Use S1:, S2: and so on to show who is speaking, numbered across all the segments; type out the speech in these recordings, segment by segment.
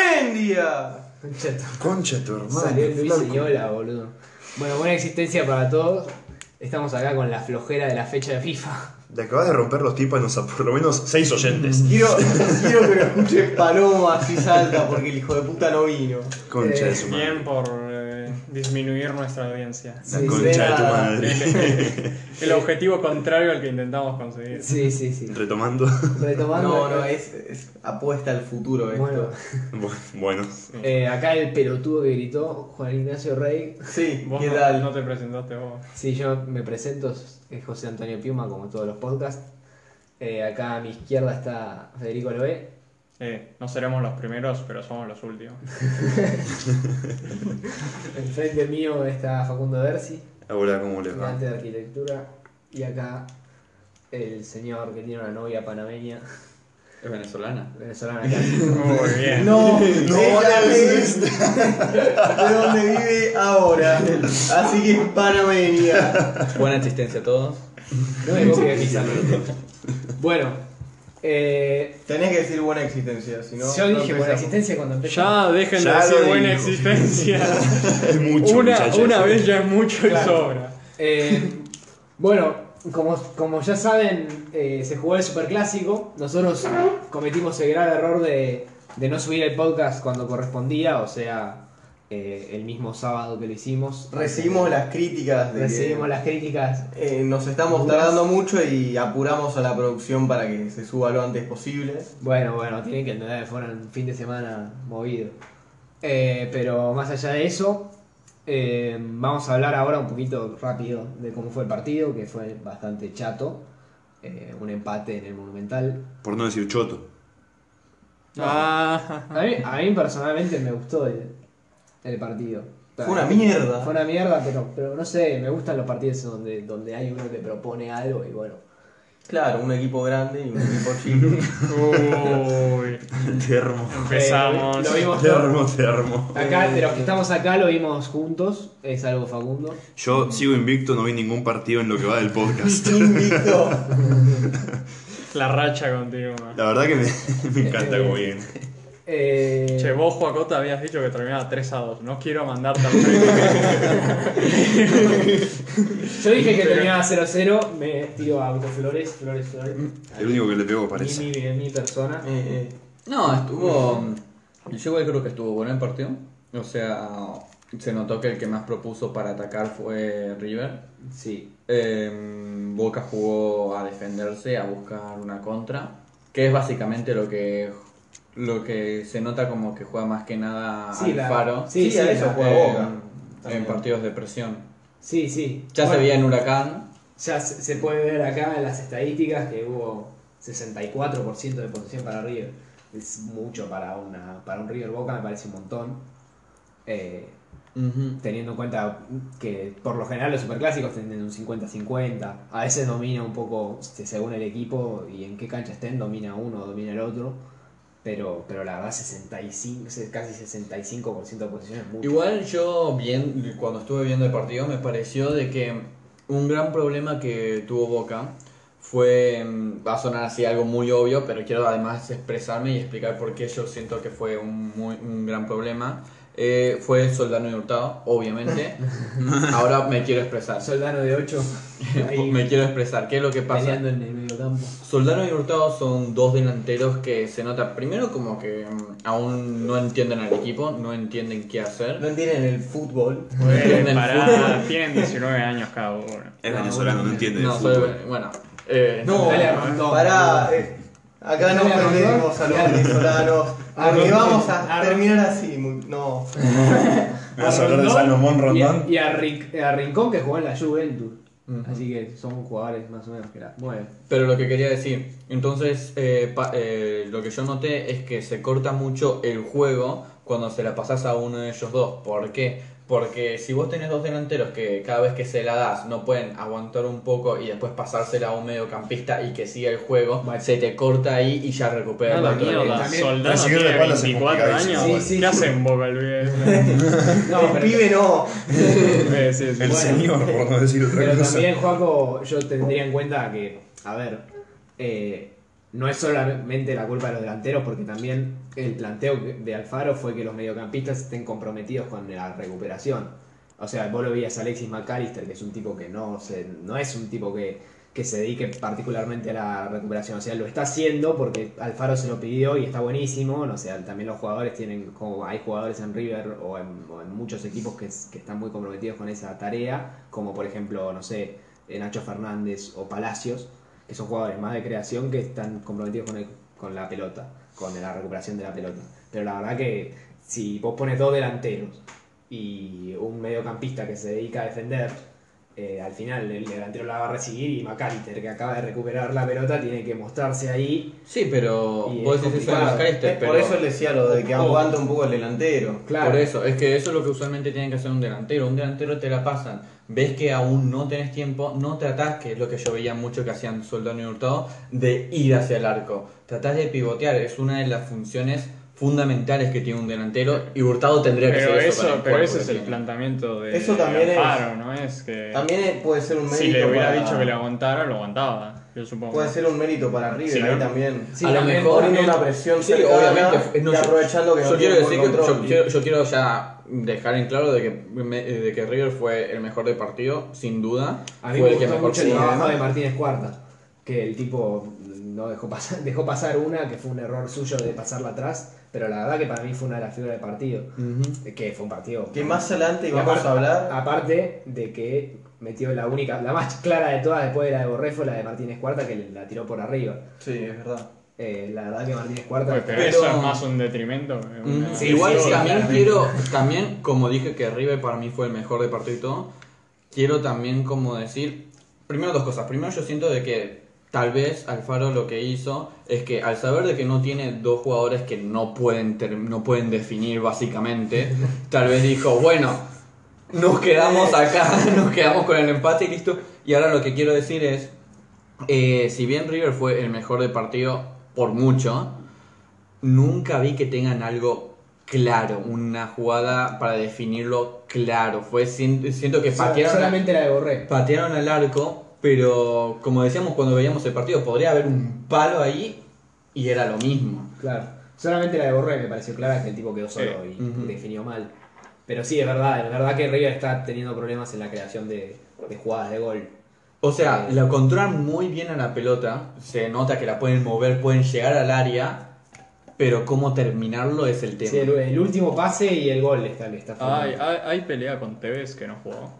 S1: Garmendia.
S2: Concha tu-
S3: Concha tu hermano.
S2: Salió Luis
S3: flaco.
S2: Señola, boludo. Bueno, buena existencia para todos. Estamos acá con la flojera de la fecha de FIFA.
S3: Le acabas de romper los tímpanos a por lo menos seis oyentes.
S1: Quiero, quiero que lo escuche Paloma así salta porque el hijo de puta no vino.
S2: Eh,
S3: Concha de su madre.
S4: Bien por eh, disminuir nuestra audiencia.
S3: La
S2: Sí,
S3: concha de tu
S2: era-
S3: madre.
S4: El objetivo contrario al que intentamos conseguir.
S2: Sí, sí, sí.
S3: Retomando.
S2: Retomando.
S1: No, no, es, es apuesta al futuro esto.
S2: Bueno,
S3: Bueno.
S2: eh, acá el pelotudo que gritó, Juan Ignacio Rey.
S1: Sí,
S4: Vos
S1: ¿qué
S4: no,
S1: tal?
S4: no te presentaste vos.
S2: Sí, yo me presento, es José Antonio Piuma, como todos los podcasts. Eh, acá a mi izquierda está Federico Loé.
S4: Eh, no seremos los primeros, pero somos los últimos.
S2: Enfrente mío está Facundo Dersi,
S3: Ahora, ¿cómo les va?
S2: estudiante de arquitectura. Y acá el señor que tiene una novia panameña,
S5: Es venezolana.
S2: venezolana. casi.
S4: Muy bien.
S1: No,
S3: No,
S1: ella
S3: no,
S1: es de donde vive ahora. Así que es panameña.
S5: Buena existencia a todos.
S2: No me copia mis saludos. Bueno, eh,
S1: Tenés que decir buena existencia, si no.
S2: yo
S1: no
S2: dije por
S1: empezamos.
S2: la existencia cuando empecé.
S4: Ya dejen
S3: Ya
S4: de decir
S3: lo
S4: buena
S3: dijo.
S4: existencia.
S3: Es mucho,
S4: una
S3: muchachos.
S4: una vez ya es mucho y
S2: Claro.
S4: sobra.
S2: Eh, bueno, como, como ya saben, eh, se jugó el Superclásico. Nosotros cometimos el grave error de, de no subir el podcast cuando correspondía, o sea, eh, el mismo sábado que lo hicimos.
S1: Recibimos las críticas de.
S2: Recibimos las críticas.
S1: Eh, nos estamos tardando mucho y apuramos a la producción para que se suba lo antes posible.
S2: Bueno, bueno, tienen que entender que fueron un fin de semana movido. Eh, pero más allá de eso, eh, vamos a hablar ahora un poquito rápido de cómo fue el partido, que fue bastante chato. Eh, un empate en el Monumental.
S3: Por no decir choto.
S4: Ah,
S2: A mí, a mí personalmente me gustó el, el partido.
S1: Fue una mierda.
S2: Fue una mierda, pero, pero no sé, me gustan los partidos donde, donde hay uno que propone algo y bueno.
S1: Claro, un equipo grande y un equipo chico.
S4: uy,
S3: Termo.
S4: empezamos.
S2: Eh, lo vimos todos.
S3: Termo, termo.
S2: Acá, de los que estamos acá, lo vimos juntos, es algo Facundo.
S3: Yo sigo invicto, no vi ningún partido en lo que va del podcast.
S1: Invicto.
S4: La racha continua.
S3: La verdad que me, me encanta como bien.
S2: Eh,
S4: Che, vos, Joacota, habías dicho que terminaba 3 a 2. No quiero mandarte al frente.
S2: yo dije que terminaba 0-0, me tiro a autoflores, flores, flores.
S3: El único que le pegó
S2: Mi,
S3: parece.
S2: mi, mi persona.
S1: Eh, eh.
S5: No, estuvo. mm, Yo igual creo que estuvo bueno el partido. O sea, se notó que el que más propuso para atacar fue River.
S2: Sí.
S5: Eh, Boca jugó a defenderse, a buscar una contra. Que es básicamente lo que lo que se nota como que juega más que nada
S2: Sí,
S5: al
S2: la-
S5: faro.
S2: sí,
S1: Sí,
S2: sí,
S1: a
S2: la-
S1: eso
S2: eh,
S1: juega Boca.
S5: En, en partidos de presión.
S2: Sí, sí.
S5: Ya se
S2: Bueno,
S5: veía en Huracán.
S2: Ya se, se puede ver acá en las estadísticas que hubo 64% de posesión para River. Es mucho para, una, para un River Boca, me parece un montón. Eh, teniendo en cuenta que por lo general los superclásicos tienen un 50-50, a veces domina un poco este, según el equipo y en qué cancha estén, domina uno o domina el otro, pero, pero la verdad 65, se- casi 65% de posesión es mucho.
S5: Igual yo bien cuando estuve viendo el partido me pareció de que un gran problema que tuvo Boca fue mm, va a sonar así algo muy obvio, pero quiero además expresarme y explicar por qué yo siento que fue un, muy- un gran problema. Eh, fue Soldano y Hurtado, obviamente. Ahora me quiero expresar.
S2: Soldano de 8, ahí
S5: me quiero expresar. ¿Qué es lo que pasa?
S2: peleando en el medio campo.
S5: Soldano y Hurtado son dos delanteros que se nota primero como que mm, aún no entienden al equipo, no entienden qué hacer.
S1: No entienden el fútbol.
S4: Güey,
S5: En el
S4: pará,
S5: fútbol.
S4: tienen 19 años cada uno.
S3: Es
S2: No,
S3: venezolano, no entiende de
S5: No, soy-
S3: fútbol.
S5: bueno. eh,
S1: No,
S2: Dale a Rondón.
S1: pará. eh, acá no
S2: Dale a Rondón.
S1: perdemos a los venezolanos.
S2: A
S1: Porque
S2: Rondón.
S1: vamos a
S2: A
S1: terminar así. muy- No.
S3: ¿Me vas a hablar de Salomón
S2: Y a,
S3: Rondón?
S2: y a Rin- a Rincón que jugó en la Juventus.
S5: Ujú.
S2: Así que son jugadores más o menos que la mueven.
S5: Pero lo que quería decir, entonces eh, pa- eh, lo que yo noté es que se corta mucho el juego cuando se la pasas a uno de ellos dos. ¿Por qué? Porque si vos tenés dos delanteros que cada vez que se la das no pueden aguantar un poco y después pasársela a un mediocampista y que siga el juego,
S2: Vale.
S5: se te corta ahí y ya recupera
S4: Ah,
S5: el
S4: la
S5: otro
S4: mierda,
S2: también-
S4: soldado
S3: Recibir
S4: tiene
S3: de palos es
S4: 24 años.
S3: complicadísimo,
S2: igual. Sí, sí,
S4: ¿Qué
S2: sí.
S4: hace en Boca el viejo?
S2: No,
S1: el
S2: pero-
S1: pibe no.
S4: Eh, sí, sí.
S3: El señor, por no decir otra
S2: Pero
S3: cosa.
S2: también, Juaco, yo tendría en cuenta que, a ver, eh, no es solamente la culpa de los delanteros, porque también el planteo de Alfaro fue que los mediocampistas estén comprometidos con la recuperación. O sea, vos lo veías a Alexis McAllister, que es un tipo que no, se, no es un tipo que, que se dedique particularmente a la recuperación. O sea, lo está haciendo porque Alfaro se lo pidió y está buenísimo. No sé, también los jugadores tienen, como hay jugadores en River o en, o en muchos equipos que, que están muy comprometidos con esa tarea, como por ejemplo, no sé, Nacho Fernández o Palacios, que son jugadores más de creación que están comprometidos con, el- con la pelota, con la recuperación de la pelota. Pero la verdad que si vos pones dos delanteros y un mediocampista que se dedica a defender, eh, al final el delantero la va a recibir y McAllister, que acaba de recuperar la pelota, tiene que mostrarse ahí.
S5: Sí, pero
S2: Y
S5: vos
S2: es
S5: decís eso de
S2: complicado.
S5: McAllister,
S1: Eh,
S5: pero
S1: Por eso le decía lo de que
S2: Oh.
S1: aguanta un poco el delantero.
S2: Claro,
S5: Por eso, es que eso es lo que usualmente tienen que hacer un delantero. Un delantero te la pasan. Ves que aún no tenés tiempo, no tratás, que es lo que yo veía mucho que hacían Soldano y Hurtado, de ir hacia el arco. Tratás de pivotear, es una de las funciones fundamentales que tiene un delantero y Hurtado tendría que
S4: Pero,
S5: hacer
S4: eso,
S5: eso. con el
S4: pero
S5: cuerpo
S4: ese
S5: que
S4: es el
S5: tiene.
S4: planteamiento de
S1: Eso también es-
S4: Alfaro, ¿no? Es que
S1: También puede ser un mérito.
S4: si Eh. le hubiera
S1: para-
S4: dicho que le aguantara, lo aguantaba, yo supongo.
S1: Puede ser un mérito para River
S4: Sí,
S1: ahí
S4: ¿no?
S1: también.
S2: Sí,
S5: a lo
S2: también
S5: mejor
S1: poniendo
S5: no-
S1: una presión
S5: sí,
S1: cercana
S5: obviamente. No,
S1: y
S5: yo-
S1: aprovecir que no
S5: yo quiero
S1: tiene buen
S5: decir que yo,
S1: control.
S5: quiero, yo quiero ya dejar en claro de que, me- de que River fue el mejor del partido, sin duda.
S2: A mí
S5: fue
S2: me
S5: el que
S2: gustó
S5: mejor
S2: mucho el
S5: jugó.
S2: trabajo de Martínez Cuarta, que el tipo no dejó pasar, dejó pasar una, que fue un error suyo de pasarla atrás, pero la verdad que para mí fue una de las figuras del partido, Eh,
S5: Ujú.
S2: que fue un partido...
S1: Que más adelante
S2: Y
S1: vamos
S2: aparte-
S1: a hablar.
S2: Aparte de que metió la única, la más clara de todas después de la de Borré fue la de Martínez Cuarta, que la tiró por arriba.
S1: Sí, es verdad.
S2: Eh, la verdad que Martínez Cuarta...
S4: Oye, pero,
S5: Pero-
S4: eso es más un detrimento. que una-
S2: Sí,
S5: Igual
S2: sí,
S5: también
S2: claramente.
S5: quiero, también como dije que River para mí fue el mejor de partido y todo, quiero también como decir, primero dos cosas. Primero yo siento de que tal vez Alfaro lo que hizo es que al saber de que no tiene dos jugadores que no pueden, ter- no pueden definir básicamente, tal vez dijo, bueno, nos
S2: Eh.
S5: quedamos acá, nos quedamos con el empate y listo. Y ahora lo que quiero decir es, eh, si bien River fue el mejor del partido por mucho, nunca vi que tengan algo claro, una jugada para definirlo claro. Fue siento, siento que
S2: O sea,
S5: patearon,
S2: solamente la de Borré.
S5: patearon al arco, pero como decíamos cuando veíamos el partido, podría haber un palo ahí y era lo mismo.
S2: Claro. Solamente la de Borré me pareció clara que el tipo quedó solo y
S5: Ujú.
S2: definió mal. Pero sí, es verdad, es verdad que River está teniendo problemas en la creación de, de jugadas de gol.
S5: O sea, la controlan muy bien a la pelota, se nota que la pueden mover, pueden llegar al área, pero cómo terminarlo es el tema.
S2: Sí, el, el último pase y el gol está, está
S4: Ay, ah,
S2: fallando.
S4: hay, hay pelea con Tevez que no jugó.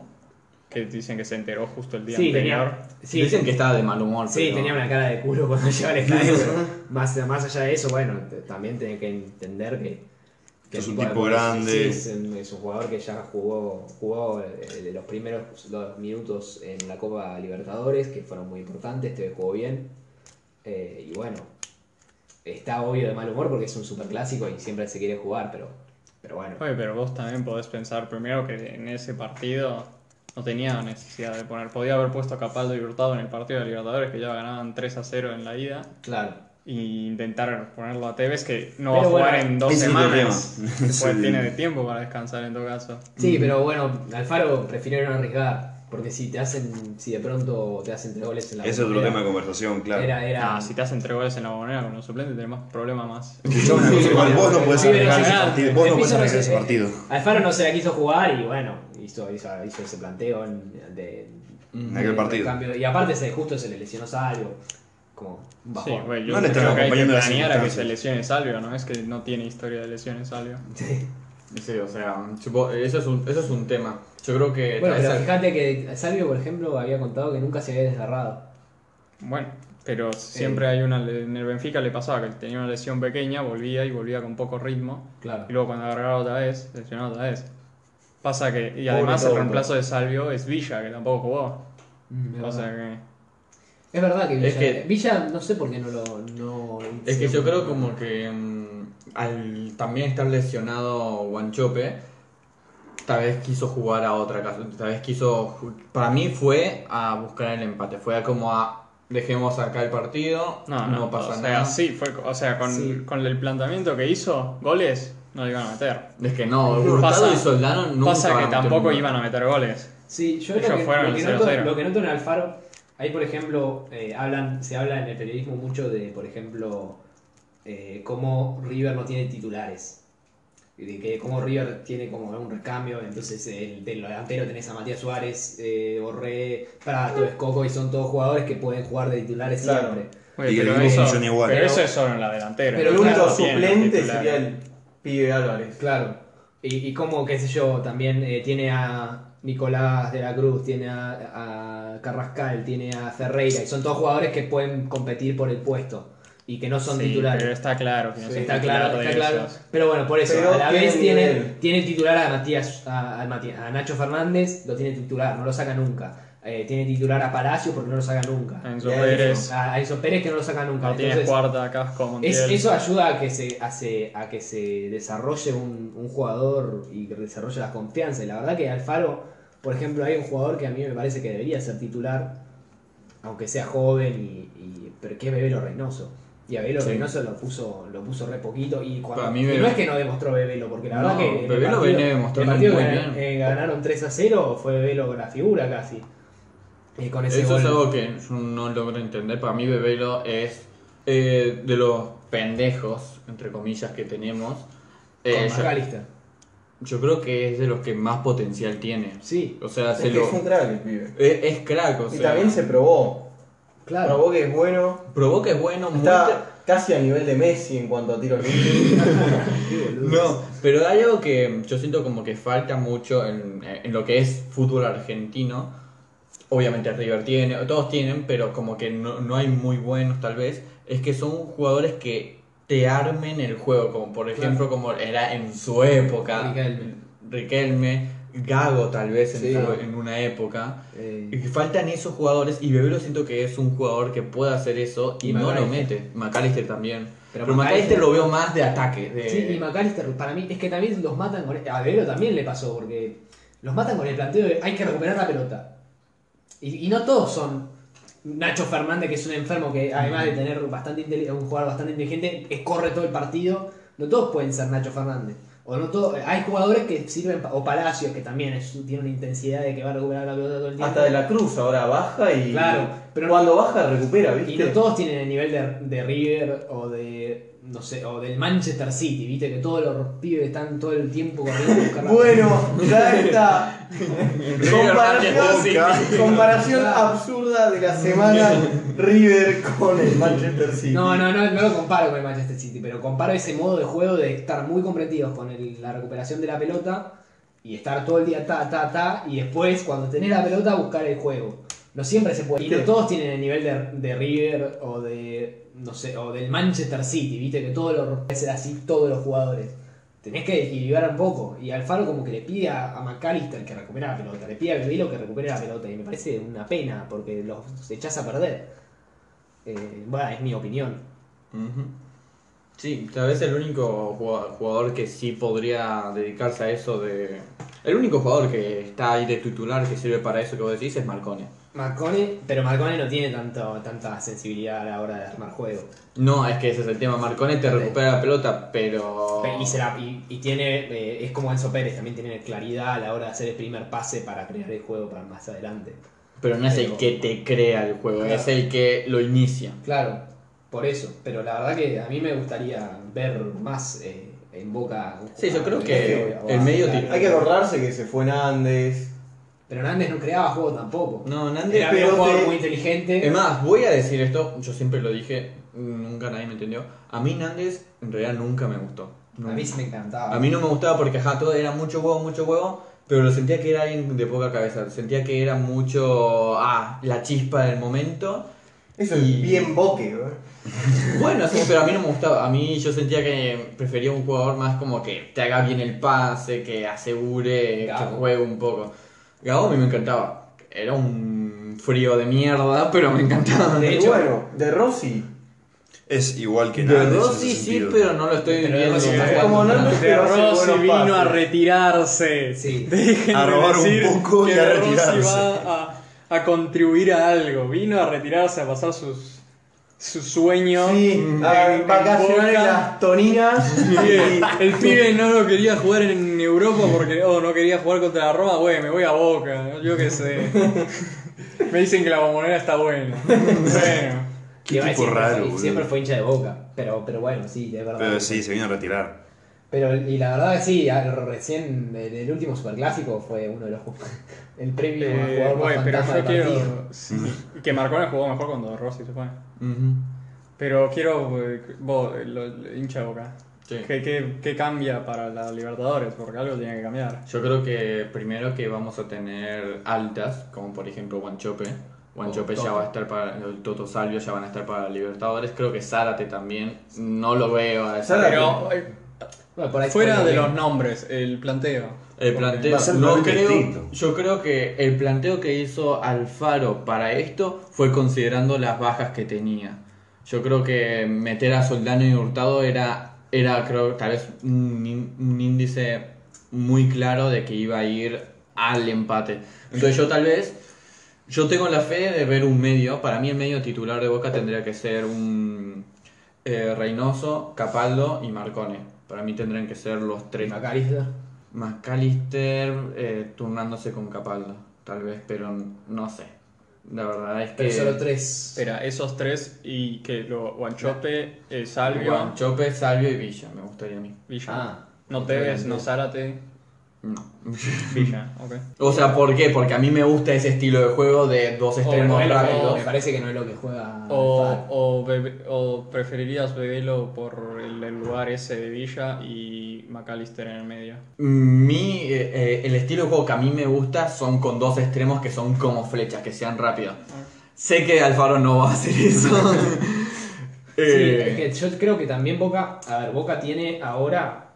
S4: Que dicen que se enteró justo el día
S2: Sí,
S4: anterior.
S2: tenía, sí,
S5: Dicen que estaba de mal humor.
S2: Sí,
S5: pero-
S2: tenía una cara de culo cuando llegaba al estadio, pero más, más allá de eso, bueno, te- también tiene que entender que, que
S3: Es
S2: el
S3: un
S2: de-
S3: tipo grande.
S2: sí, es, un- es un jugador que ya jugó, jugó eh, los primeros los minutos en la Copa Libertadores, que fueron muy importantes, te jugó bien. eh, y bueno, está obvio de mal humor porque es un superclásico y siempre se quiere jugar, pero, pero bueno.
S4: Oye, pero vos también podés pensar primero que en ese partido no tenía necesidad de poner. Podía haber puesto a Capaldo y Hurtado en el partido de Libertadores, que ya ganaban 3 a 0 en la ida.
S2: Claro.
S4: E intentar ponerlo a Tevez, que
S2: Pero
S4: no va a jugar
S2: bueno,
S4: en dos
S3: ese es el
S4: semanas.
S3: problema.
S4: Pues
S3: Sí.
S4: tiene de tiempo para descansar en todo caso.
S2: Sí, pero bueno, Alfaro prefirieron arriesgar. Porque si te hacen, si de pronto te hacen tres goles en la
S3: Ese es otro
S2: bombonera,
S3: tema de conversación, claro.
S2: Era, era.
S4: Ah, si te hacen tres goles en la bombonera con los suplentes, tenés más problemas más.
S3: Yo una cosa, igual, vos no podés
S2: Sí,
S3: arreglar
S2: sí,
S3: ese
S2: sí.
S3: partido. Vos
S2: El
S3: no podés
S2: piso
S3: arreglar
S2: es-
S3: ese partido.
S2: Alfaro no se la quiso jugar y bueno, hizo, hizo, hizo ese planteo en- de,
S3: En
S2: de-
S3: aquel
S2: de
S3: partido.
S2: cambio. Y aparte se, justo se le lesionó Salvo. Como un
S4: Sí,
S2: bajón.
S4: güey, yo
S3: No le están
S4: creo que hay que
S3: acompañando las
S4: planear a que se
S3: circunstancias.
S4: lesione Salvio, ¿no? Es que no tiene historia de lesiones Salvio.
S5: Sí, o sea, supo- eso es un, eso es un tema. Yo creo que
S2: Bueno,
S5: tal vez
S2: pero
S5: al-
S2: fíjate que Salvio, por ejemplo, había contado que nunca se había desgarrado.
S4: Bueno, pero siempre hay una. le- En el Benfica le pasaba que tenía una lesión pequeña, volvía y volvía con poco ritmo.
S2: Claro.
S4: Y luego cuando agarraba otra vez, lesionaba otra vez. Pasa que. Y
S1: Pobre
S4: además el
S1: tonto.
S4: reemplazo de Salvio es Villa, que tampoco jugó.
S2: Mm, es,
S4: O sea
S2: verdad.
S4: que.
S2: Es verdad que Villa.
S5: Es que-
S2: Villa no sé por qué no lo. No,
S5: Es que yo creo como que mm, al también estar lesionado Guanchope, tal vez quiso jugar a otra casa, tal vez quiso... ju- Para mí fue a buscar el empate, fue a como a dejemos acá el partido, no, pasa
S4: o sea,
S5: nada.
S4: Sí, fue, o sea, con,
S2: Sí.
S4: con el planteamiento que hizo, goles no le iban a meter.
S5: Es que no, Hurtado
S4: Pasa-
S5: y Soldano nunca
S4: Pasa
S5: van a
S4: que
S5: meter
S4: tampoco
S5: un-
S4: iban a meter goles.
S2: Sí, yo lo
S4: Ellos
S2: que,
S4: fueron
S2: lo, que
S4: al
S2: noto,
S4: 0-0.
S2: lo que noto en Alfaro, Ahí, por ejemplo, eh, hablan, se habla en el periodismo mucho de, por ejemplo, eh, cómo River no tiene titulares. Y De que cómo River tiene como un recambio, entonces el del delantero tenés a Matías Suárez, eh, Borré, Prato, Escoco, y son todos jugadores que pueden jugar de titulares
S1: Claro.
S2: siempre.
S4: Oye,
S3: Y que el
S4: pero
S3: equipo
S4: eso-
S3: funcione igual.
S4: Pero eso es solo en la delantera.
S2: Pero
S1: el
S2: claro,
S1: único
S4: también los
S1: suplente
S4: titulares.
S1: sería el pibe Álvarez.
S2: Claro. Y, y como, qué sé yo, también eh, tiene a Nicolás de la Cruz, tiene a, a Carrascal, tiene a Ferreira, y son todos jugadores que pueden competir por el puesto y que no son
S4: Sí,
S2: titulares.
S4: Pero está claro que no
S2: Sí,
S4: son
S2: está claro,
S4: titulares
S2: está claro.
S4: esos.
S2: Pero bueno, por eso,
S1: Pero
S2: a la
S1: tiene
S2: vez tiene,
S1: nivel.
S2: tiene titular a Matías, a, a Matías- a Nacho Fernández, lo tiene titular, no lo saca nunca. Eh, tiene titular a Palacio porque no lo saca nunca.
S4: Enzo
S1: Ya
S4: Pérez,
S2: A a Enzo Pérez que no lo saca nunca.
S4: Martínez
S2: Entonces,
S4: Cuarta, Casco, Montiel.
S2: es- eso ayuda a que se, a se- a que se desarrolle un, un jugador y que desarrolle la confianza. Y la verdad que Alfaro, por ejemplo, hay un jugador que a mí me parece que debería ser titular, aunque sea joven, y, y- pero que es Bebelo Reynoso. Y a Bebelo Reynoso lo puso, lo puso re poquito. Y, cuando,
S5: Para mí
S2: y
S5: Bebe-
S2: no es que no demostró Bebelo, porque la
S5: No,
S2: verdad que. en el
S5: Bebelo
S2: partido-
S5: viene demostrando
S2: el partido
S5: muy
S2: que gan-
S5: bien.
S2: eh, ganaron 3 a 0, fue Bebelo la figura casi. Y con ese
S5: Eso
S2: gol.
S5: es algo que yo no logro entender. Para mí, Bebelo es eh, de los pendejos, entre comillas, que tenemos.
S2: con
S5: Eh, yo,
S2: McAllister.
S5: yo creo que es de los que más potencial tiene.
S2: Sí,
S5: O sea,
S1: Es
S5: se
S1: que
S5: lo,
S1: es un crack el pibe.
S5: es, es crack. O
S1: Y
S5: sea,
S1: también se probó.
S2: claro.
S1: Probó que es bueno.
S5: probó que es bueno. muy te-
S1: Está casi a nivel de Messi en cuanto a tiros libres.
S5: No, pero hay algo que yo siento como que falta mucho en, eh, en lo que es fútbol argentino. Obviamente River tiene, todos tienen, pero como que no, no hay muy buenos tal vez. Es que son jugadores que te armen el juego, como por ejemplo como era en su época.
S2: Riquelme.
S5: Riquelme, Gago tal vez en,
S1: Sí.
S5: su- en una época.
S2: Eh,
S5: Y Faltan esos jugadores y Bebelo siento que es un jugador que puede hacer eso y,
S2: Y
S5: no lo
S2: McAllister.
S5: mete. McAllister también. Pero,
S2: Pero
S5: McAllister
S2: McAllister-
S5: lo veo más de ataque. de-
S2: Sí, y McAllister, para mí, es que también los matan con. e, A Vero también le pasó, porque los matan con el planteo de hay que recuperar la pelota. Y, y no todos son. Nacho Fernández, que es un enfermo que además de tener bastante inteli- un jugador bastante inteligente, eh, corre todo el partido. No todos pueden ser Nacho Fernández. O no todos, hay jugadores que sirven, pa- o Palacios, que también es- tiene una intensidad de que va a recuperar la pelota todo el tiempo.
S1: Hasta de la cruz ahora baja y.
S2: Claro, pero-
S1: cuando baja recupera,
S2: Y
S1: ¿viste?
S2: no todos tienen el nivel de, de River o de no sé, o del Manchester City, viste que todos los pibes están todo el tiempo corriendo a buscar la
S1: Bueno, ya está. comparación, comparación absurda de la semana River con el Manchester City.
S2: No, no, no, no lo comparo con el Manchester City, pero comparo ese modo de juego de estar muy comprometidos con el- la recuperación de la pelota y estar todo el día ta, ta, ta, y después cuando tenés la pelota buscar el juego. No siempre se puede. Y no todos tienen el nivel de, de River o de, no sé, o del Manchester City, viste que todos los es así todos los jugadores. Tenés que equilibrar un poco. Y Alfaro como que le pide a, a McAllister que recupere la pelota, le pide a Bebelo que recupere la pelota. Y me parece una pena porque los echás a perder. Eh, bueno, es mi opinión.
S5: Ujú. Sí, tal vez el único jugua- jugador que sí podría dedicarse a eso de... El único jugador que está ahí de titular que sirve para eso que vos decís es Marcone.
S2: Marcone, pero Marcone no tiene tanto, tanta sensibilidad a la hora de armar juego.
S5: No, es que ese es el tema. Marcone te recupera la pelota, pero...
S2: Pe- Y, se la- y- y tiene, eh, es como Enzo Pérez, también tiene claridad a la hora de hacer el primer pase para crear el juego para más adelante.
S5: Pero no es el que te crea el juego,
S2: Claro.
S5: es el que lo inicia.
S2: Claro, por eso. Pero la verdad que a mí me gustaría ver más eh, en boca. un
S5: Sí, yo creo
S2: jugador
S5: que
S2: de-
S5: el medio
S2: claro.
S5: tiene-
S1: Hay que acordarse que se fue Nández.
S2: Pero Nández no creaba juego tampoco.
S5: No, Nández...
S2: Era un
S1: pero
S2: jugador
S1: te-
S2: muy inteligente.
S5: Es más, voy a decir esto, yo siempre lo dije, nunca nadie me entendió. A mí Nández en realidad nunca me gustó.
S2: a mí sí me encantaba.
S5: A mí no me gustaba porque ajá, todo era mucho huevo, mucho huevo, pero lo sentía que era alguien de poca cabeza, sentía que era mucho ah, la chispa del momento.
S1: Eso es
S5: Y-
S1: bien boque, ¿eh?
S5: Bueno, sí, pero a mí no me gustaba, a mí yo sentía que prefería un jugador más como que te haga bien el pase, que asegure, que
S2: Gago.
S5: juegue un poco. Gabo a mí me encantaba, era un frío de mierda, pero me encantaba.
S2: De
S1: Y
S2: hecho-
S1: bueno, de Rossi.
S3: Es igual que
S5: De
S3: nada.
S5: Rossi sí, pero no lo estoy
S2: Pero de
S5: viendo.
S2: Rossi
S5: está
S2: no.
S5: jugando
S1: Como no-
S5: tanto.
S4: De
S1: Pero hace
S4: Rossi
S1: buenos
S4: vino
S1: pases.
S4: a retirarse.
S2: Sí.
S4: Dejen
S3: A
S4: de
S3: robar un
S4: decir
S3: poco y
S4: que
S3: a
S4: Rossi
S3: retirarse.
S4: va a, a contribuir a algo. Vino a retirarse, a pasar sus, su sueño.
S1: Sí,
S4: en-
S1: a
S4: en
S1: vacacionar en
S4: Mm, eh, Boca.
S1: las Toninas.
S4: Pibe, El pibe no lo quería jugar en Europa porque oh, no quería jugar contra la Roma, güey, me voy a Boca, yo qué sé. Me dicen que la bombonera está buena. bueno.
S3: Qué
S2: Igual
S3: tipo
S2: siempre,
S3: raro,
S2: fue-
S3: boludo.
S2: siempre fue hincha de boca. Pero, pero bueno, sí, es verdad.
S3: Pero sí, se vino a retirar.
S2: Pero, y la verdad que sí, a- recién el, el último superclásico fue uno de los ju- el premio a
S4: Eh,
S2: jugador más
S4: bueno, pero
S2: fantasma
S4: yo
S2: del partido.
S4: quiero. sí, que Marcona jugó mejor cuando Rossi se fue.
S5: Ujú.
S4: Pero quiero. eh, Vos, lo, lo- hincha de boca.
S5: Sí.
S4: ¿Qué, qué, qué cambia para la Libertadores? Porque algo tiene que cambiar.
S5: Yo creo que primero que vamos a tener altas, como por ejemplo Guanchope. Guanchope ya
S2: Toto.
S5: va a estar para. el Toto Salvio ya van a estar para Libertadores. Creo que Zárate también. No lo veo a esa-
S1: Zárate.
S4: Pero eh,
S2: Bueno, por ahí
S4: fuera
S2: fue
S4: de
S2: bien.
S4: los nombres, el planteo.
S5: El planteo.
S1: Va a ser
S5: No
S1: totalmente
S5: creo,
S1: distinto.
S5: yo creo que el planteo que hizo Alfaro para esto fue considerando las bajas que tenía. Yo creo que meter a Soldano y Hurtado era, era creo, tal vez un, in- un índice muy claro de que iba a ir al empate. Entonces yo tal vez, yo tengo la fe de ver un medio. Para mí el medio titular de Boca tendría que ser un eh, Reynoso, Capaldo y Marcone. Para mí tendrían que ser los tres.
S2: Macalister.
S5: McAllister eh, turnándose con Capaldo, tal vez, pero no sé. La verdad es que.
S4: Eh,
S2: Pero solo tres.
S4: Espera, esos tres y que lo Guanchope, eh, Salvio,
S5: Juan Chope, Salvio y Villa, me gustaría a mí.
S4: Villa.
S2: Ah,
S4: no
S2: otro
S4: Tevez, no
S2: delantero.
S4: Zárate,
S5: No.
S4: Villa. ok.
S2: Ah,
S5: O sea, ¿por qué? Porque a mí me gusta ese estilo de juego de dos extremos
S2: no es lo que-
S5: rápidos.
S2: me parece que no es lo que juega.
S4: O,
S2: Alfaro.
S4: o, bebe- o preferirías Bebelo por el, el lugar ese de Villa y McAllister en el medio.
S5: Mi, eh, eh, el estilo de juego que a mí me gusta son con dos extremos que son como flechas, que sean rápidos.
S2: Ah.
S5: Sé que Alfaro no va a hacer eso.
S2: Sí,
S5: Eh,
S2: es que yo creo que también Boca. A ver, Boca tiene ahora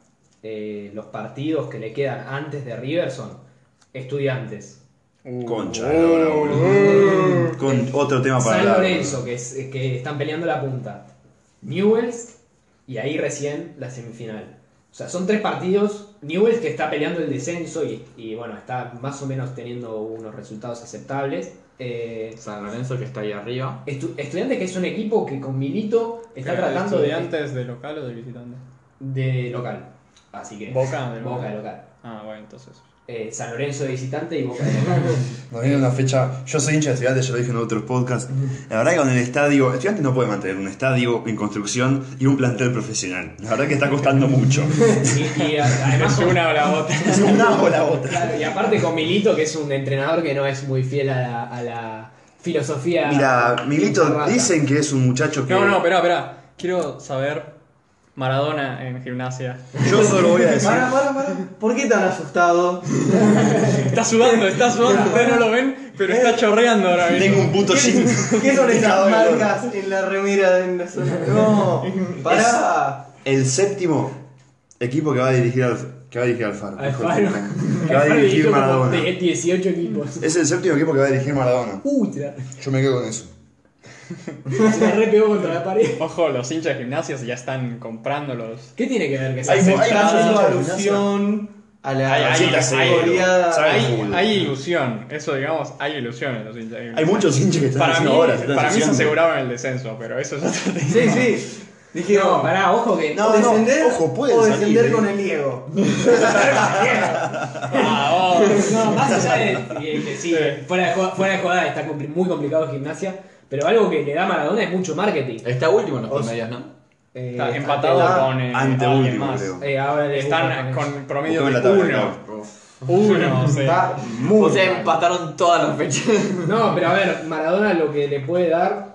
S2: eh, los partidos que le quedan antes de River son estudiantes.
S3: Concha, de lora, boludo. Con otro tema para
S2: Mm. San
S3: hablar.
S2: Lorenzo, que, es, que están peleando la punta. Newells y ahí recién la semifinal. O sea, son tres partidos. Newells que está peleando el descenso y, y, bueno, está más o menos teniendo unos resultados aceptables. Eh,
S5: San Lorenzo que está ahí arriba.
S2: estu- estudiantes que es un equipo que con Milito está
S4: Pero,
S2: tratando de,
S4: ¿Estudiantes de local o de visitante?
S2: de local. Así que...
S4: Boca de
S2: Boca de
S4: local.
S2: local.
S4: Ah, bueno, entonces.
S2: Eh, San Lorenzo de visitante y Boca de local.
S3: Nos viene una fecha. Yo soy hincha de estudiantes, ya lo dije en otros podcasts. La verdad que con el estadio. Estudiantes no puede mantener un estadio en construcción y un plantel profesional. La verdad que está costando mucho.
S2: y, y a- además...
S4: Es una o la otra.
S3: Es una o la otra.
S2: Claro, y aparte con Milito, que es un entrenador que no es muy fiel a la, a la filosofía.
S3: Mira, Milito,
S2: Rata.
S3: dicen que es un muchacho que.
S4: No, no, espera, espera. Quiero saber Maradona en gimnasia.
S3: Yo solo voy a decir.
S1: Para, para, para. ¿Por qué tan asustado?
S4: Está sudando, está sudando. Ustedes no lo ven, pero
S3: Eh.
S4: está chorreando ahora
S3: Tengo
S4: mismo.
S3: un punto sin.
S1: ¿Qué son esas marcas en la remera de en la zona? No, pará.
S3: El séptimo equipo que va a dirigir al. Que va a dirigir Alfaro. hijo de
S2: Alfaro.
S3: puta. Que va a dirigir
S2: Milito como
S3: Maradona.
S2: de 18 equipos.
S3: Es el séptimo equipo que va a dirigir Maradona.
S2: Uy, te la-
S3: Yo me quedo con eso.
S2: se la re pegó contra la pared.
S4: Ojo, los hinchas de gimnasia ya están comprándolos.
S2: ¿Qué tiene que ver que sea
S3: Hay
S1: Se
S3: mu-
S2: sexta?
S1: está
S3: muchas
S1: haciendo
S3: gracias.
S1: alusión a la
S4: Ay, ay,
S3: Así te
S4: ay,
S3: aseguro.
S1: ay.
S3: Sabe
S4: Hay,
S3: fútbol.
S4: hay ilusión, eso digamos, hay ilusión en los hinchas de
S3: Hay
S4: gimnasia.
S3: muchos hinchas que están
S4: Para mí,
S3: haciendo horas. están
S4: para mí se
S3: haciendo.
S4: aseguraban el descenso, pero eso es otro tema.
S1: Sí, sí. Dije,
S2: No,
S1: no,
S2: pará, ojo que.
S3: No,
S1: o descender,
S3: ojo, pueden
S1: o
S3: salir,
S1: descender
S3: eh.
S1: con el Diego.
S4: Ah, oh.
S2: No, más allá de de que sí, fuera de, jugada, fuera de jugada está compli- muy complicado gimnasia. Pero algo que le da a Maradona es mucho marketing.
S5: Está último en los promedios, ¿no?
S2: Eh,
S4: Está empatado
S2: está-
S4: con eh,
S3: Anteúltimo,
S4: alguien más.
S3: creo.
S2: eh, ahora le
S4: Están
S2: buscan
S4: con promedio
S3: Buscame
S4: de
S3: la tabla,
S4: uno. Uno, o sea.
S1: Está muy
S5: o sea,
S1: mal.
S5: empataron todas las fechas.
S2: No, pero a ver, Maradona lo que le puede dar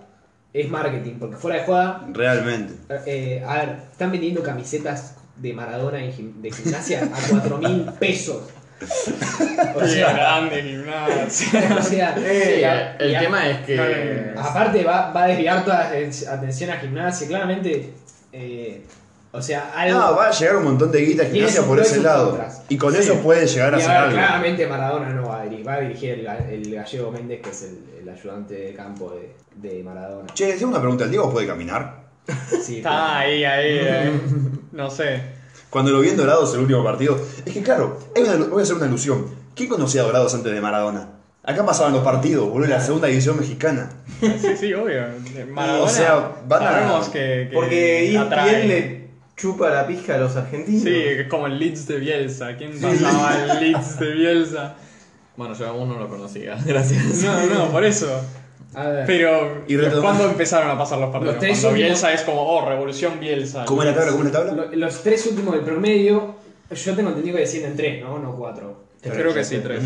S2: es marketing, porque fuera de jugada,
S3: Realmente.
S2: eh, a ver, están vendiendo camisetas de Maradona en gim- de gimnasia a 4 mil pesos. O
S4: Qué
S2: sea,
S4: grande gimnasia.
S2: o sea,
S5: Sí,
S2: ya-
S5: el
S2: ya-
S5: tema es que.
S2: Aparte va, va a desviar toda la atención a gimnasia, claramente. eh, o sea, algo...
S3: No, Ah, va a llegar un montón de guita a
S2: Tiene
S3: gimnasia
S2: sus
S3: por
S2: pros y
S3: ese
S2: sus
S3: lado.
S2: contras.
S3: Y con
S2: Sí.
S3: eso puede llegar a
S2: Y
S3: hacer
S2: ahora,
S3: algo.
S2: claramente Maradona no va a dirigir, va a dirigir el, ga- el gallego Méndez, que es el, el ayudante de campo de, de Maradona.
S3: Che, tengo una pregunta. ¿El Diego puede caminar?
S2: Sí,
S4: Está ahí, ahí, eh. No sé.
S3: Cuando lo vi en Dorados el último partido. Es que claro, hay una- voy a hacer una ilusión. ¿Quién conocía a Dorados antes de Maradona? Acá pasaban los partidos, boludo, en la segunda división mexicana.
S4: Sí, sí, obvio. Maradona.
S3: O sea, van a-
S4: sabemos que, que
S1: Porque
S4: atrae.
S1: ESPN le chupa la pija a los argentinos.
S4: Sí, es como el Leeds de Bielsa. ¿Quién pasaba el Leeds de Bielsa?
S5: Bueno, yo aún no lo conocía, gracias.
S4: No, no, por eso.
S2: A ver.
S4: Pero,
S3: Y retomando-
S4: ¿cuándo empezaron a pasar los partidos?
S2: Los tres
S4: Cuando
S2: últimos-
S4: Bielsa es como, oh, revolución Bielsa.
S3: ¿Cómo era la tabla? ¿Cómo era la tabla?
S2: Lo- los tres últimos del promedio, yo tengo entendido que descienden tres, ¿no? No cuatro.
S4: Creo que sí, tres.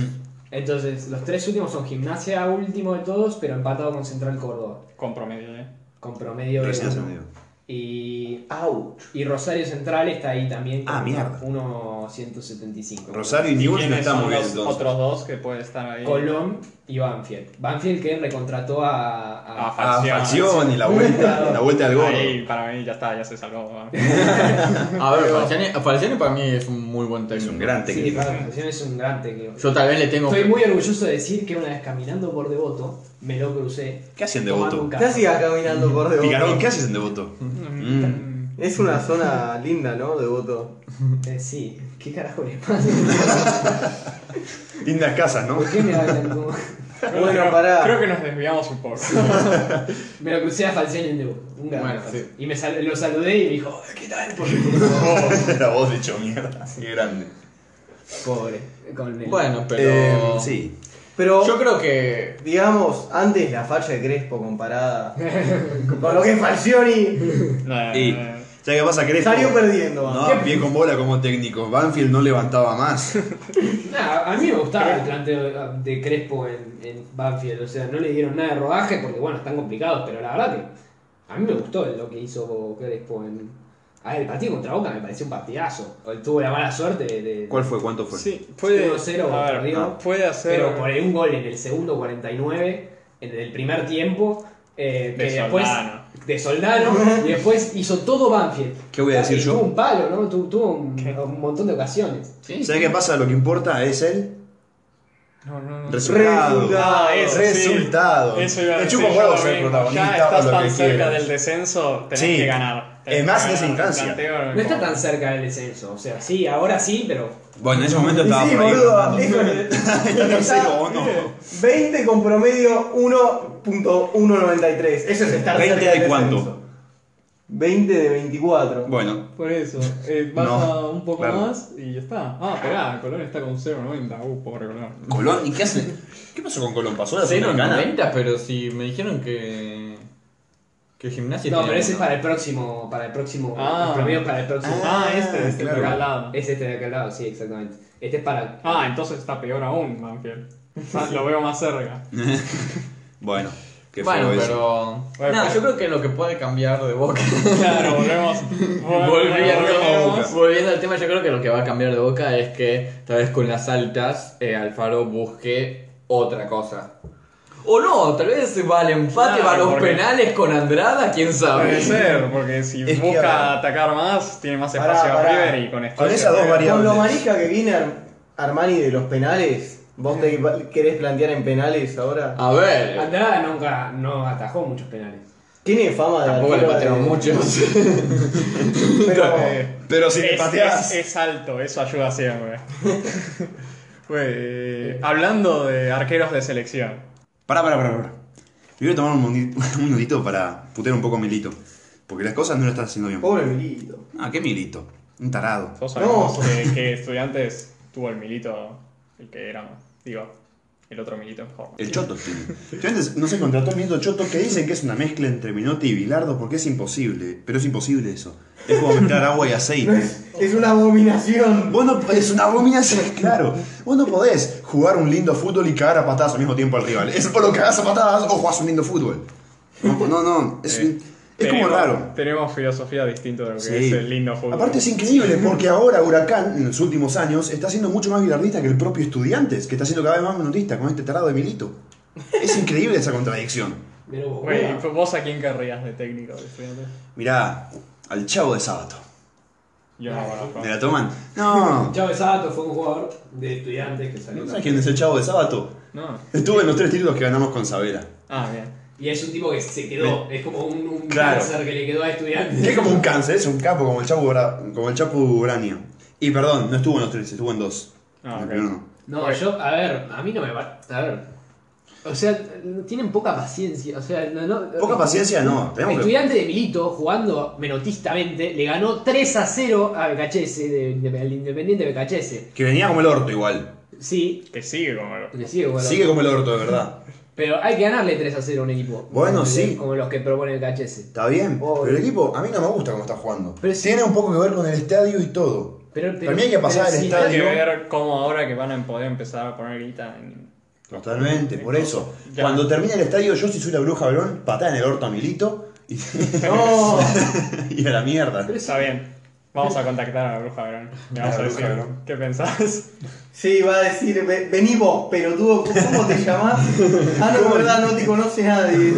S2: Entonces, los tres últimos son Gimnasia, último de todos, pero empatado con Central Córdoba.
S4: Con promedio, ¿eh?
S2: Con promedio de
S3: Recién
S2: uno.
S3: ascendido.
S2: Y. ¡Auch! Y Rosario Central está ahí también.
S3: Ah, mierda.
S2: 1.175.
S3: Rosario y Newell's no
S4: ¿Quiénes
S3: está
S4: son
S3: muy bien
S4: los
S3: entonces.
S4: otros dos que pueden estar ahí?
S2: Colón y Banfield. Banfield que recontrató a. a-
S4: Ah,
S3: Ah,
S4: Facción.
S3: Facción y la vuelta, la vuelta al gordo.
S4: Ahí, para mí, ya está, ya se salvó.
S5: A ver, Falciani, Falciani para mí es un muy buen
S3: Es
S5: técnico.
S3: un gran
S2: sí,
S3: técnico.
S2: para la selección es un gran técnico.
S5: Yo tal vez le tengo.
S2: Estoy muy orgulloso de decir que una vez caminando por Devoto, me lo crucé.
S3: ¿Qué hacían de
S2: tomando
S3: voto?
S2: un café.
S1: Casi caminando por Devoto.
S3: Picarón, ¿qué haces en Devoto? Mm.
S1: Es una zona linda, ¿no? Devoto.
S2: Eh, sí, ¿qué carajo les pasa?
S3: Lindas casas, ¿no?
S2: ¿Por qué me hablan como.?
S1: Bueno, pará.
S4: Creo que nos desviamos un poco.
S2: Me lo crucé a Falciani en Devoto. Un gran
S5: Bueno,
S2: Falciani.
S5: sí.
S2: Y me sal- lo saludé y me dijo, ¿qué tal? Porque-
S3: la voz de hecho mierda. Eh, Qué grande.
S2: Pobre. Con el-
S5: Bueno, pero.
S3: Eh, sí.
S1: Pero,
S5: Yo creo que.
S1: digamos, antes la falla de Crespo comparada con lo que es Falcioni.
S4: No,
S3: Y,
S4: no, no.
S3: ¿Sabes qué pasa, Crespo?
S1: Salió perdiendo.
S3: No, pie con bola como técnico. Banfield no levantaba más.
S2: Nah, a mí me gustaba el planteo de Crespo en, en Banfield, o sea, no le dieron nada de rodaje porque, bueno, están complicados, pero la verdad que a mí me gustó lo que hizo Crespo en... A ver, el partido contra Boca me pareció un partidazo. O él Tuvo la mala suerte de... de-
S3: ¿Cuál fue? ¿Cuánto fue?
S4: Sí, puede.
S2: 1-0
S4: a ver,
S2: perdió.
S4: puede hacer.
S2: Pero por un gol en el segundo 49, en el primer tiempo, eh, que
S4: De
S2: después...
S4: Soldano.
S2: De Soldano, y después hizo todo Banfield.
S3: ¿Qué voy a decir
S2: Y
S3: yo?
S2: Tuvo un palo, ¿no? Tu- Tuvo, un, un montón de ocasiones.
S3: ¿Sabes qué pasa? Lo que importa es el
S4: No, no, no.
S3: resultado.
S1: Resultado.
S4: Ah, eso sí.
S3: Resultado.
S4: Eso iba a
S3: Te
S4: decir
S3: chupa
S4: yo
S3: huevos
S4: lo
S3: ser
S4: mismo.
S3: protagonista o
S4: Ya estás
S3: lo
S4: tan
S3: que
S4: cerca
S3: quieras.
S4: del descenso, tenés
S3: Sí.
S4: que ganar.
S3: Es
S4: Tenés
S3: más
S4: que
S3: en esa
S4: ganar.
S3: instancia.
S4: Planteo
S2: No está
S4: como-
S2: tan cerca del descenso, o sea, sí, ahora sí, pero
S3: Bueno, en ese momento
S1: Y
S3: estaba
S1: sí,
S3: por ahí.
S1: boludo. hijo
S3: Está
S1: de-
S3: tan seco, ¿o no?
S1: 20 con promedio 1.193. Eso es estar
S3: 20
S1: cerca
S3: de
S1: del
S3: cuánto?
S1: descenso. 20 de 24.
S3: Bueno,
S4: Por eso, eh,
S3: No,
S4: baja un poco
S3: claro.
S4: más y ya está. Ah, pegá, Colón está con 0.90. Uh, pobre Colón.
S3: Colón, ¿y qué hace? ¿Qué pasó con Colón? ¿Pasó la
S5: Cero
S3: Sudamericana?
S5: 90, pero si me dijeron que. Que gimnasia.
S2: no,
S5: tiene
S2: pero ese es
S5: uno.
S2: para el próximo, para el próximo,
S4: Ah.
S2: el promedio es para el próximo.
S4: Ah, este, este,
S3: claro.
S4: de acá al lado.
S2: Es este de acá al lado, sí, exactamente. Este es para
S4: Ah, entonces está peor aún, Banfield. Ah, Lo veo más cerca.
S3: Bueno, qué feo
S5: Bueno,
S3: eso.
S5: pero.
S4: Bueno,
S5: Nada,
S4: pero-
S5: yo creo que lo que puede cambiar de boca.
S4: Claro, volvemos.
S5: Volviendo,
S4: volvemos.
S5: volviendo al tema, yo creo que lo que va a cambiar de boca es que tal vez con las altas eh, Alfaro busque otra cosa. O no, tal vez va al empate,
S4: Claro,
S5: va a los
S4: porque-
S5: penales con Andrada, quién
S4: Puede
S5: sabe.
S4: ser, porque si
S3: Es que
S4: busca
S3: ahora-
S4: atacar más, tiene más
S1: Pará,
S4: espacio a
S1: pará.
S4: River y con esto.
S3: Con esas dos variables.
S1: Con lo manija que viene Ar- Armani de los penales, ¿vos te querés plantear en penales ahora?
S5: A ver,
S2: Andrada nunca no atajó muchos penales.
S1: Tiene fama de
S5: tampoco le
S1: arquero
S5: patearon
S1: de-
S5: muchos.
S1: Pero,
S3: Pero si te
S4: es,
S3: pateas.
S4: es- es alto, eso ayuda siempre. Pues, eh, hablando de arqueros de selección.
S3: Pará, pará, pará, pará. Me voy a tomar un, moni- un minutito para putear un poco a Milito. Porque las cosas no lo están haciendo bien.
S4: Oh.
S1: pobre Milito.
S3: Ah, qué Milito. Un tarado.
S4: Todos sabemos
S1: No.
S4: que, que estudiantes tuvo el milito, el que era, digo, el otro milito mejor.
S3: El Choto tiene. Estudiantes no se contrató un Milito Choto que dicen que es una mezcla entre Minotti y Bilardo porque es imposible. Pero es imposible eso. Es como mezclar agua y
S1: No
S3: aceite.
S1: es, es una abominación.
S3: Vos no, es una abominación, claro. Vos no podés jugar un lindo fútbol y cagar a patadas al mismo tiempo al rival. Es por lo que cagás a patadas o jugás un lindo fútbol. No, no, no, es,
S4: Eh,
S3: es como
S4: Tenemos-
S3: raro.
S4: Tenemos filosofía distinta de lo que
S3: Sí.
S4: es el lindo fútbol.
S3: Aparte es increíble porque ahora Huracán, en los últimos años, está siendo mucho más bilardista que el propio Estudiantes, que está siendo cada vez más menotista con este tarado de Milito. Es increíble esa contradicción.
S2: Pero vos,
S4: Güey, ¿y ¿vos a quién querrías de técnico de estudiantes?
S3: Mirá, al chavo de sábado.
S4: Yo no conozco.
S3: ¿Me la toman? No.
S2: Chávez Sato fue un jugador de estudiantes que salió.
S3: ¿Sabes quién es el chavo de sábado?
S4: No.
S3: Estuvo en los tres títulos que ganamos con Sabela.
S4: Ah, bien.
S2: Y es un tipo que se quedó, es como un, un
S3: Claro.
S2: cáncer que le quedó a estudiantes.
S3: Que es como un cáncer, es un capo como el Chapu, Bra- como el Chapu Uranio. Y perdón, no estuvo en los tres, estuvo en dos.
S4: Ah,
S3: En el
S4: ok.
S3: primero no.
S2: No, yo, a ver, a mí no me va. A ver. O sea, tienen poca paciencia. O sea, no, no-
S3: Poca paciencia, no. Tenemos que...
S2: Estudiante de Milito, jugando menotistamente, le ganó 3 a 0 a BKHS, de, de- al Independiente BKHS.
S3: que venía como el orto igual.
S2: Sí,
S4: Que sigue como lo-
S2: le sigue igual.
S3: Sigue como el orto, de verdad.
S2: Pero hay que ganarle 3 a 0 a un equipo.
S3: Bueno,
S2: Como-
S3: sí.
S2: Como los que propone el KHS.
S3: Está bien,
S2: Obvio.
S3: pero el equipo a mí no me gusta cómo está jugando.
S2: Pero sí.
S3: Tiene un poco que ver con el estadio y todo.
S2: Pero, pero,
S3: Para mí hay que pasar
S2: pero
S3: al
S2: si
S3: estadio.
S4: Hay que
S3: Digo-
S4: ver cómo ahora que van a poder empezar a poner guita en.
S3: Totalmente, por eso.
S4: Ya.
S3: Cuando termina el estadio, yo si soy la bruja Verón, patá en el orto a Milito y,
S2: No.
S3: y a la mierda.
S2: Pero
S4: Está bien. Vamos a contactar a la bruja Verón. Le
S3: A
S4: vamos
S3: la
S4: a
S3: bruja
S4: decir,
S3: Verón.
S4: ¿qué pensás?
S1: Sí, va a decir, "Ve- vení vos, pelotudo, ¿cómo te llamás? Ah, no, verdad, no te conoce nadie.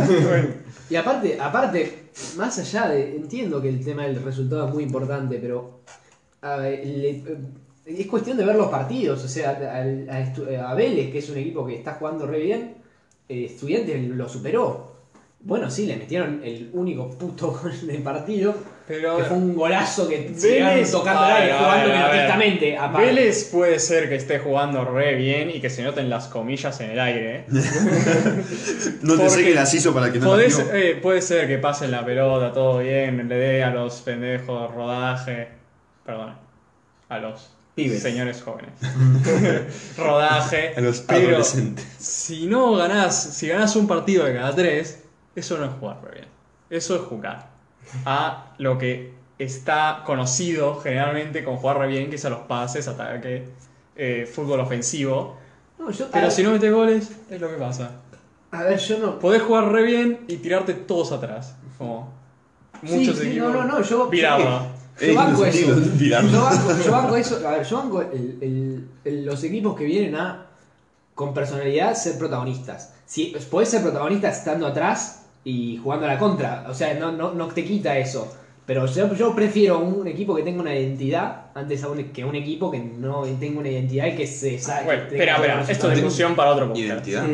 S2: Y aparte, aparte, más allá de. Entiendo que el tema del resultado es muy importante, pero. a ver, le- eh, es cuestión de ver los partidos. O sea, al- a, Estu- a Vélez, que es un equipo que está jugando re bien, eh, Estudiantes lo superó. Bueno, sí, le metieron el único puto gol del partido.
S4: Pero.
S2: Que fue un golazo que se llegaron tocando el
S4: Ay,
S2: área,
S4: a
S2: jugando
S4: ver, a ver.
S2: perfectamente. aparte.
S4: Vélez puede ser que esté jugando re bien y que se noten las comillas en el aire. ¿eh?
S3: No te sé
S4: Porque
S3: que las hizo para que no
S4: Podés-
S3: las vio.
S4: eh, puede ser que pasen la pelota, todo bien, le dé a los pendejos rodaje. Perdón, a los
S2: Pibes.
S4: señores jóvenes. rodaje.
S3: A los
S4: pero
S3: adolescentes.
S4: Si no ganás, si ganás un partido de cada tres, eso no es jugar re bien. Eso es jugar a lo que está conocido generalmente con jugar re bien, que es a los pases, ataque, eh, fútbol ofensivo.
S2: No, yo- a,
S4: Pero
S2: ver-
S4: si no metes goles, es lo que pasa.
S2: a ver, yo no.
S4: Podés jugar re bien y tirarte todos atrás. Como
S2: Sí,
S4: muchos
S2: sí,
S4: equipos.
S2: no, no, no, yo-
S4: Virarla.
S2: Yo banco
S3: Eh,
S2: eso.
S3: digo, tirarlo.
S2: Yo banco, yo banco eso. A ver, yo banco el- el- el- los equipos que vienen a, con personalidad, ser protagonistas. Si podés ser protagonista estando atrás y jugando a la contra. O sea, no, no, no te quita eso. Pero yo, yo prefiero un equipo que tenga una identidad antes a un- que un equipo que no tenga una identidad y que se sabe.
S4: Ah, Bueno, espera, espera. Esto es discusión para otro podcast.
S3: Identidad.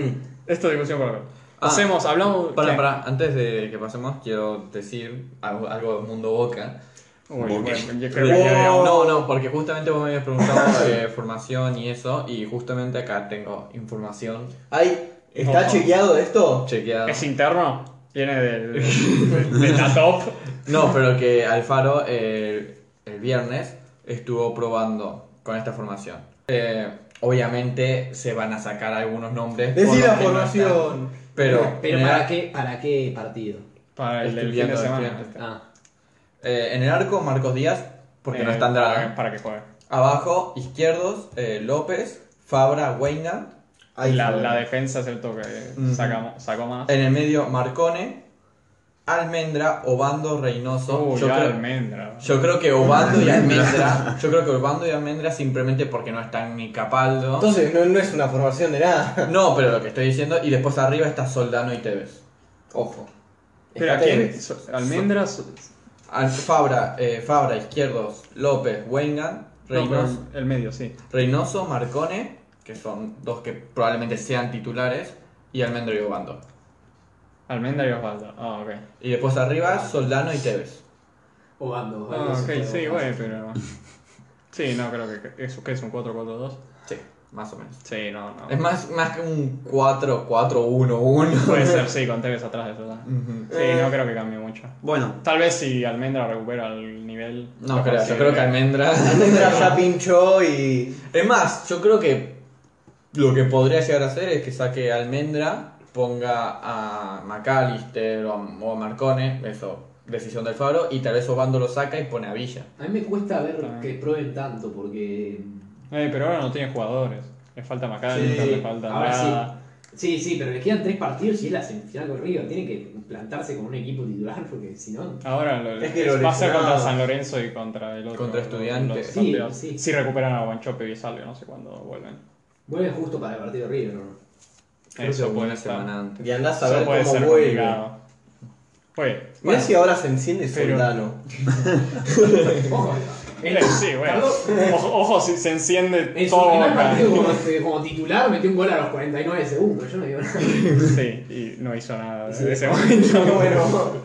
S4: Esto es discusión para otro.
S5: Ah.
S4: Hacemos, hablamos.
S5: Para,
S4: ¿qué?
S5: para, antes de que pasemos, quiero decir algo, algo del mundo boca. Oh.
S4: Uy,
S3: Boque.
S4: bueno, yo creo que habíamos-
S5: No, no, porque justamente vos me habías preguntado de formación y eso, y justamente acá tengo información
S1: Ay, ¿está
S4: Ojo.
S1: chequeado esto?
S5: chequeada.
S4: ¿Es interno? Viene del, del, del Tatop.
S5: No, pero que Alfaro eh, el, viernes estuvo probando con esta formación. Eh, obviamente se van a sacar algunos nombres. por
S1: Decí
S5: los
S1: la
S5: que no están,
S1: formación.
S5: pero
S2: Pero
S5: en el
S2: ¿para
S5: ar-
S2: qué, ¿para qué partido?
S4: Para el del fin
S5: Estoy
S4: de
S5: viendo,
S4: semana. Este.
S5: estoy viendo.
S2: Ah,
S5: eh, en el arco, Marcos Díaz, porque no
S4: Eh,
S5: está
S4: para,
S5: Andrada.
S4: para que juegue.
S5: Abajo, izquierdos, eh, López, Fabra, Weina.
S1: Ahí
S4: la,
S1: fue.
S4: la defensa es el toque. eh,
S5: Ujú. Eh,
S4: sacamos, sacó más.
S5: En el medio, Marcone, Almendra, Obando, Reynoso.
S4: Uy,
S5: Yo creo-
S4: almendra.
S5: Yo creo que Obando y Almendra, yo creo que Obando y Almendra simplemente porque no están ni Capaldo.
S1: Entonces no, no es una formación de nada.
S5: No, pero lo que estoy diciendo, y después arriba está Soldano y Tevez.
S1: Ojo.
S4: Pero ¿a
S1: Está
S4: quién?
S1: Tevez.
S4: So- Almendra. so-
S5: Al- Fabra, eh, Fabra, Izquierdos, López, Wengan,
S4: no, pero
S5: Reynoso,
S4: el medio, sí.
S5: Reynoso, Marcone, que son dos que probablemente sean titulares, y Almendra y Obando.
S4: Almendra y Osvaldo. Ah, ok.
S5: Y después arriba, Soldano y Tevez.
S2: Obando.
S4: Ah,
S5: Este,
S4: ok, sí, güey, pero. Sí, no, creo que- que es, que es un 4-4-2.
S5: Sí, más o menos.
S4: Sí, no, no.
S5: Es más, más que un 4-4-1-1.
S4: Puede ser, sí, con Tevez atrás de eso.
S5: Ujú.
S4: Sí, no creo que cambie mucho.
S3: Bueno,
S4: Tal vez si Almendra recupera el nivel.
S5: No
S4: capaz
S5: creo,
S4: sí,
S5: yo creo que Almendra...
S1: Almendra ya pinchó y.
S5: Es más, yo creo que lo que podría llegar a hacer es que saque a Almendra, ponga a McAllister o a, o a Marcone, eso, decisión del Fabro, y tal vez Obando lo saca y pone a Villa.
S2: A mí me cuesta ver que prueben tanto porque.
S4: Eh, pero ahora no tiene jugadores. Le falta McAllister,
S2: Sí,
S4: le falta
S2: ahora
S4: Andrada.
S2: Sí, sí, pero les quedan tres partidos y es la semifinal con River. Tienen que plantarse con un equipo titular porque si no.
S4: Ahora lo-
S1: Es que lo
S4: va a ser
S1: lesionado.
S4: contra San Lorenzo y contra el otro.
S5: Contra
S4: los-
S5: Estudiantes.
S4: los
S2: Sí,
S4: campeones.
S2: sí.
S4: Si recuperan a Guanchope y Salvio, no sé cuándo vuelven.
S2: Vuelven justo para el partido de River, ¿no?
S5: Creo que
S4: Eso puede
S5: una
S4: estar.
S5: semana antes.
S1: Y andás a
S4: Eso
S1: ver
S4: puede
S1: cómo
S4: ser
S1: vuelve.
S4: complicado. Oye,
S1: Mira si ahora se enciende
S4: Pero-
S1: Soldano.
S2: Ojo,
S4: eh, sí, bueno. Ojo, ojo, si se enciende
S2: en su
S4: todo
S2: primer
S4: acá.
S2: partido como, este, como titular metió un gol a los 49 segundos. Yo no digo nada.
S4: Sí, y no hizo nada desde ese momento.
S1: Bueno.